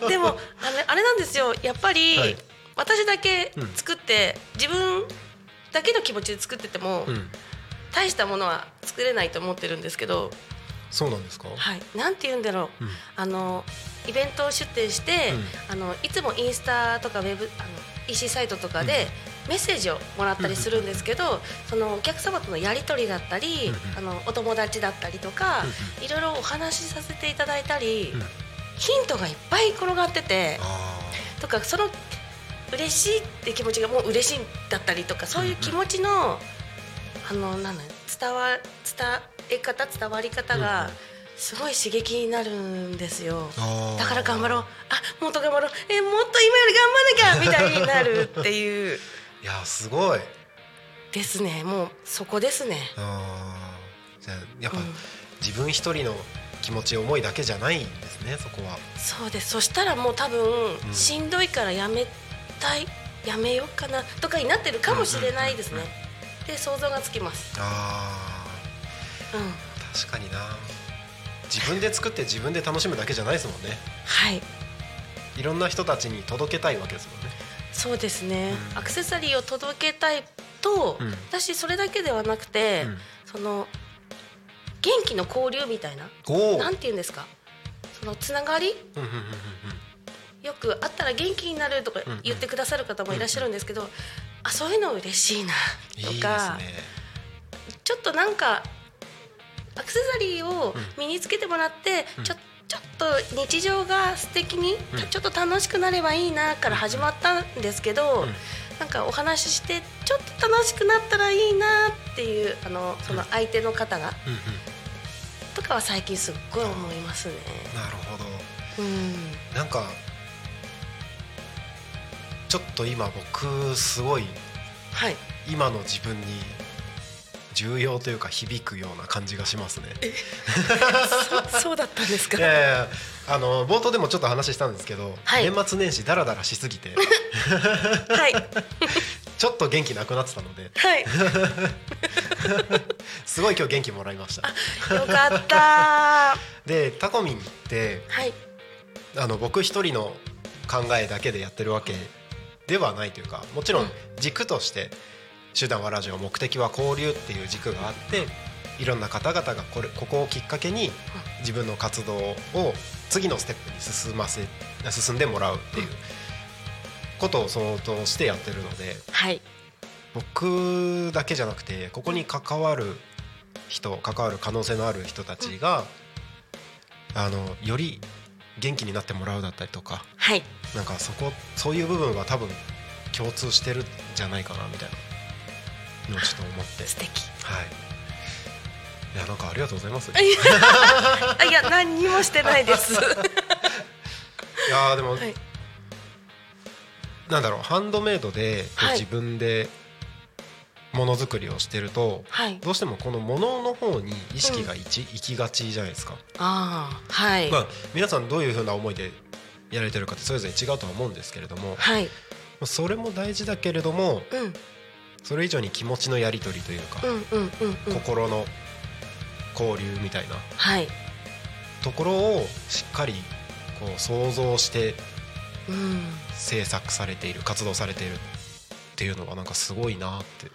んでもあれあれなんですよやっぱり、はい私だけ作って、自分だけの気持ちで作ってても、うん大したものは作れないと思ってるんですけど、そうなんですか、はい、なんて言うんだろううんあのイベント出店して、あのいつもインスタとかウェブあの EC サイトとかでメッセージをもらったりするんですけど、そのお客様とのやり取りだったり、うんあのお友達だったりとか、ういろいろお話しさせていただいたり、うんヒントがいっぱい転がっててあとかその嬉しいって気持ちがもう嬉しいだったりとかそういう気持ちの,、あのなんだ伝わ伝え方伝わり方うんがすごい刺激になるんですよ。ーあーだから頑張ろうあもっと頑張ろうえもっと今より頑張らなきゃみたいになるっていういやーすごいですねもうそこですね、あーじゃあやっぱ、うん自分一人の気持ち思いだけじゃないんですねそこはそうですそしたらもう多分、うんしんどいからやめたいやめようかなとかになってるかもしれないですね、で想像がつきます、あーうん、確かにな自分で作って自分で楽しむだけじゃないですもんねはいいろんな人たちに届けたいわけですもんねそうですね、うんアクセサリーを届けたいと、うん私それだけではなくて、うんその元気の交流みたいなおおなんて言うんですかそのつながりよく会ったら元気になるとかうんうん言ってくださる方もいらっしゃるんですけど、あそういうの嬉しいなといいですねかちょっとなんかアクセサリーを身につけてもらって、うんちょちょっと日常が素敵に、うんちょっと楽しくなればいいなから始まったんですけど、うんなんかお話ししてちょっと楽しくなったらいいなっていうあのその相手の方が、うんうんとかは最近すっごい思いますね。なるほどうんなんかちょっと今僕すごいはい、今の自分に重要というか響くような感じがしますねそそうだったんですか い。やいやあの冒頭でもちょっと話したんですけど、はい年末年始ダラダラしすぎてはい、ちょっと元気なくなってたのではい。すごい今日元気もらいましたよかったー。はでタコミンってい。あの僕一人の考えだけでやってるわけではないというかもちろん軸として手段はラジオ目的は交流っていう軸があっていろんな方々がこれここをきっかけに自分の活動を次のステップに進ませ進んでもらうっていうことを想像してやってるのではい。僕だけじゃなくてここに関わる人関わる可能性のある人たちが、あのより元気になってもらうだったりとかはい。なんかそこそういう部分は多分共通してるんじゃないかなみたいなのをちょっと思って素敵。はいいやなんかありがとうございますいあ、いや、何にもしてない です。やーでも、はい。なんだろうハンドメイドでこうはい自分でものづくりをしてると、はい。どうしてもこのものの方に意識がいち、行きがちじゃないですかああ、はい。まあ、皆さんどういうふうな思いでやられてるかってそれぞれ違うとは思うんですけれどもはい。それも大事だけれどもうん。それ以上に気持ちのやり取りというか、うんうんうんうん心の交流みたいなはいところをしっかりこう想像してうん制作されている活動されているっていうのはなんかすごいなって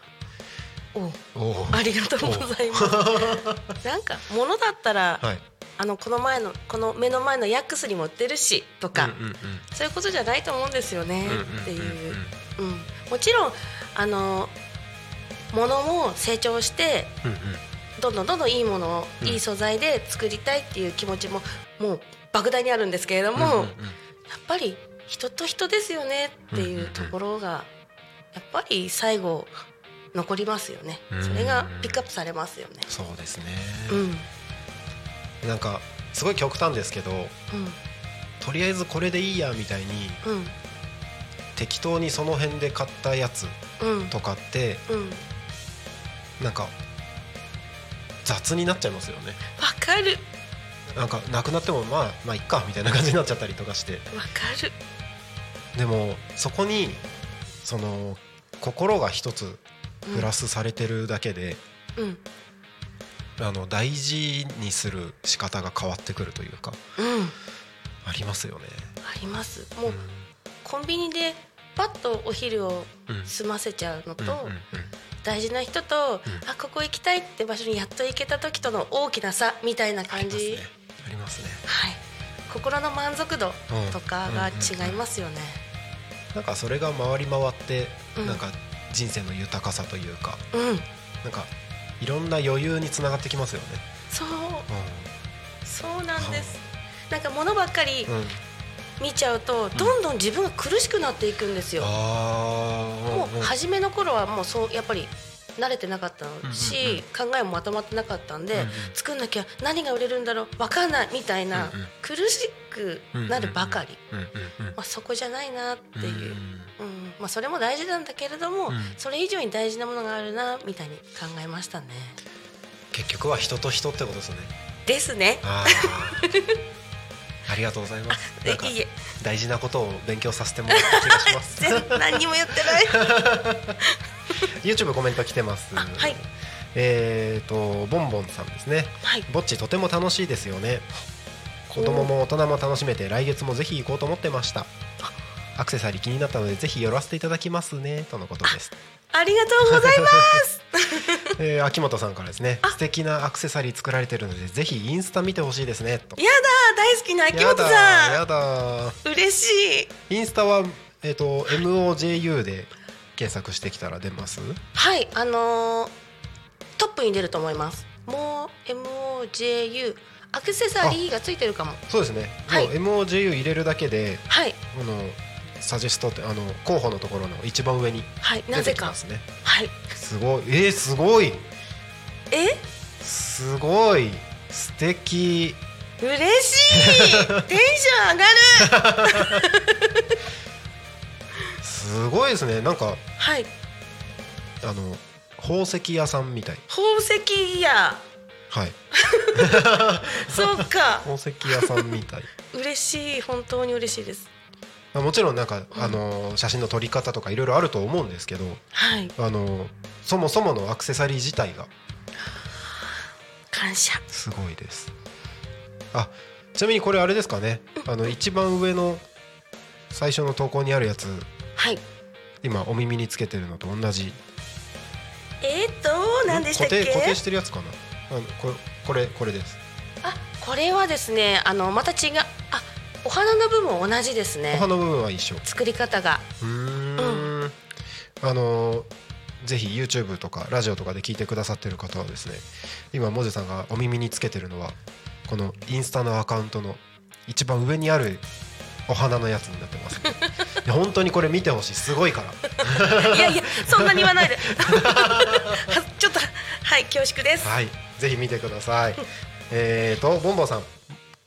おおおありがとうござ いますなんかものだったら、はいあのこの前のこの目の前のヤックスにも売ってるしとか、うんうんうんそういうことじゃないと思うんですよね、うんうんうんうんっていう、うん、もちろんあのものも成長してうんうんどんどんどんどんいいものを、うんいい素材で作りたいっていう気持ちももう莫大にあるんですけれども、うんうんやっぱり人と人ですよねっていうところがやっぱり最後残りますよね、うんそれがピックアップされますよね。そうですね、うん、うんなんかすごい極端ですけどとりあえずこれでいいやみたいにうん適当にその辺で買ったやつうんとかってうんなんか雑になっちゃいますよねわかるなんかなくなってもまあまあいっかみたいな感じになっちゃったりとかしてわかるでもそこにその心が一つプラスされてるだけで、うんあの大事にする仕方が変わってくるというかうんありますよね。ありますもうコンビニでパッとお昼をうん済ませちゃうのと、うんうん大事な人と、あここ行きたいって場所にやっと行けた時との大きな差みたいなあり感ますじ、ね。ありますね。はい心の満足度とうかがんうんうん違いますよね、なんかそれが回り回って、うんなんか人生の豊かさというか、うんなんかいろんな余裕につながってきますよね。そううそうなんですなんか物ばっかりん。うん、見ちゃうとどんどん自分が苦しくなっていくんですよ、ああ。もんう初めの頃はもうそうやっぱり慣れてなかったし、考えもまとまってなかったんで、うんうん作んなきゃ何が売れるんだろう分かんないみたいな、うんうん苦しくなるばかり、うんうんうん。まあ、そこじゃないなっていう、んうんまあ、それも大事なんだけれども、うんそれ以上に大事なものがあるなみたいに考えましたね。結局は人と人ってことですね。ですね。ああ。ありがとうございます。なんか いいえ大事なことを勉強させてもらった気がしま す。全然何にも言ってない。 YouTube コメント来てます。あはい。えっ、とボンボンさんですね。はい。ぼっちとても楽しいですよねほ子う供も大人も楽しめて来月もぜひ行こうと思ってましたアクセサリー気になったのでぜひ寄らせていただきますねとのことです、ありがとうございます。えー秋元さんからですね素敵なアクセサリー作られてるのでぜひインスタ見てほしいですねとやだ大好きな秋や元ださやだん。嬉しい。インスタはえっ、と MOJU で検索してきたら出ますはい、あのートップに出ると思います。もう M O J U アクセサリーがついてるかも。そうですね、はいもう MOJU 入れるだけではいあのサジェストってあの候補のところの一番上にはいな出ぜてきかますねはいすごいえー、すごいえすごい素敵嬉 しいテンション上がるすごいですねなんかはいあの宝石屋さんみたい宝石やはいそうか宝石屋さんみ たい嬉しい本当に嬉しいですまあもちろんなんか、あの写真の撮り方とかいろいろあると思うんですけどはいあのそもそものアクセサリー自体が感謝すごいですあちなみにこれあれですかねあの一番上の最初の投稿にあるやつはい今お耳につけてるのと同じえー、っと何でしたっけ固定固定してるやつかなあのこれこれこれですあこれはですねあのまた違うあお花の部分同じですおね花の部分は一緒作り方がうーんあのーぜひ YouTube とかラジオとかで聞いてくださってる方はですね今モジュさんがお耳につけてるのはこのインスタのアカウントの一番上にあるお花のやつになってます、ね、いや本当にこれ見てほしいすごいから いやいや、そんなに言わないで。は ちょっと、はい、恐縮です。はいぜひ見てくださいえーとボンボンさん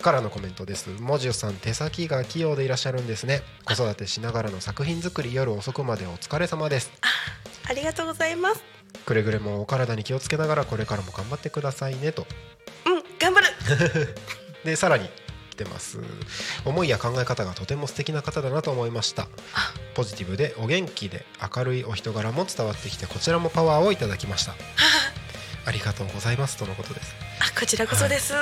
からのコメントですモジュさん手先が器用でいらっしゃるんですね子育てしながらの作品作り夜遅くまでお疲れ様ですありがとうございます。くれぐれもお体に気をつけながらこれからも頑張ってくださいねとうん、頑張る。でさらにってます思いや考え方がとても素敵な方だなと思いましたポジティブでお元気で明るいお人柄も伝わってきてこちらもパワーをいただきましたありがとうございますとのことですあこちらこそです、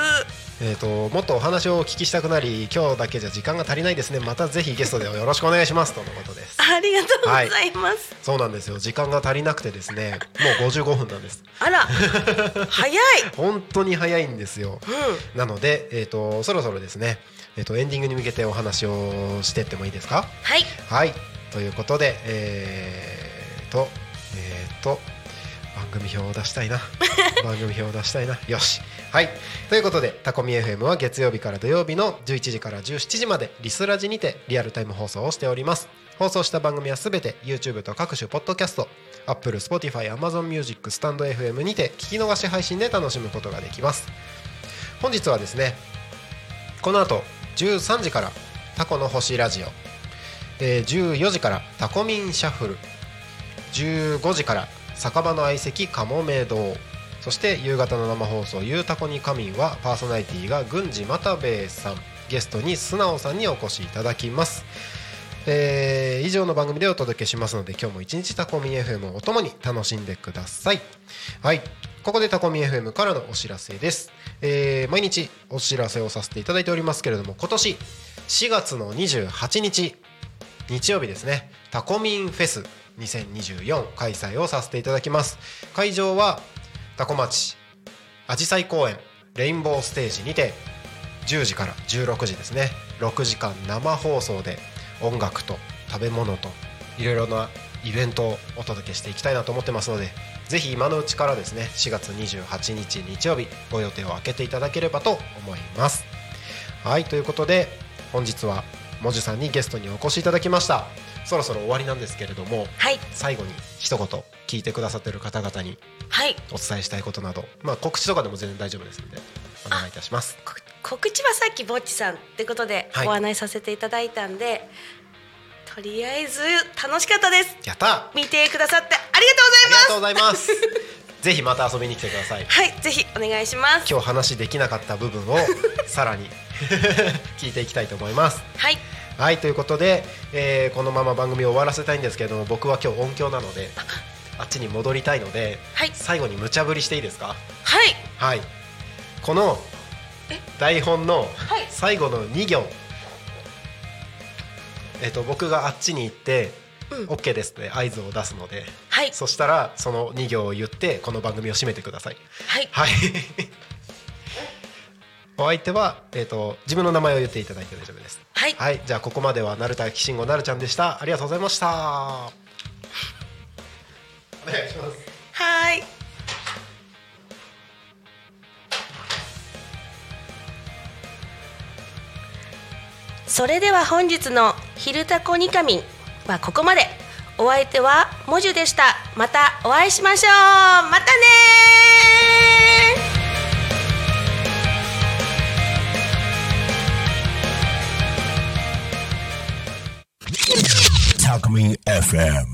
えー、ともっとお話をお聞きしたくなり今日だけじゃ時間が足りないですねまたぜひゲストでよろしくお願いしますとのことですありがとうございます、そうなんですよ時間が足りなくてですねもう55分なんです あら早い本当に早いんですようなので、えー、とそろそろですね、えー、とエンディングに向けてお話をしてってもいいですかんはいはいということでえー、とえー、と番組表を出したいな番組表を出したいなよしはいということでタコミ FM は月曜日から土曜日の11時から17時までリスラジにてリアルタイム放送をしております放送した番組はすべて YouTube と各種ポッドキャスト Apple、Spotify、Amazon Music、スタンド FM にて聞き逃し配信で楽しむことができます本日はですねこの後13時からタコの星ラジオえー14時からタコミンシャッフル15時から酒場の相席かもめ堂そして夕方の生放送「ゆうたこにかみん」はパーソナリティが郡司又兵衛さんゲストに素直さんにお越しいただきます、えー以上の番組でお届けしますので今日も一日タコミン FM をともに楽しんでくださいはいここでタコミン FM からのお知らせです、えー毎日お知らせをさせていただいておりますけれども今年4月の28日日曜日ですねタコミンフェス2024開催をさせていただきます会場はタコ町あじさい公園レインボーステージにて10時から16時ですね6時間生放送で音楽と食べ物といろいろなイベントをお届けしていきたいなと思ってますのでぜひ今のうちからですね4月28日日曜日ご予定を空けていただければと思いますはいということで本日はもじゅさんにゲストにお越しいただきましたそろそろ終わりなんですけれどもはい最後に一言聞いてくださってる方々にはいお伝えしたいことなど、まあ、告知とかでも全然大丈夫ですのでお願いいたしますこ告知はさっきぼっちさんってことではいご案内させていただいたんで、とりあえず楽しかったですやったーあ見てくださってありりががととううごござざいいますますぜひまた遊びに来てくださいはいぜひお願いします今日話できなかった部 分をさらに 聞いていきたいと思いますはいはいということで、えーこのまま番組を終わらせたいんですけれども僕は今日音響なのであっちに戻りたいので、はい最後に無茶ぶりしていいですかはいはいこの台本のい最後の2行、えっと僕があっちに行ってうん「OK です」って合図を出すのではいそしたらその2行を言ってこの番組を締めてくださいはいはい お相手は、えっと自分の名前を言っていただいて大丈夫ですはいはいじゃあここまではなるたきしんごなるちゃんでしたありがとうございましたお願いしますはいそれでは本日の「昼タコニカミン」はここまでお相手はモジュでしたまたお会いしましょうまたねー Talk Me FM.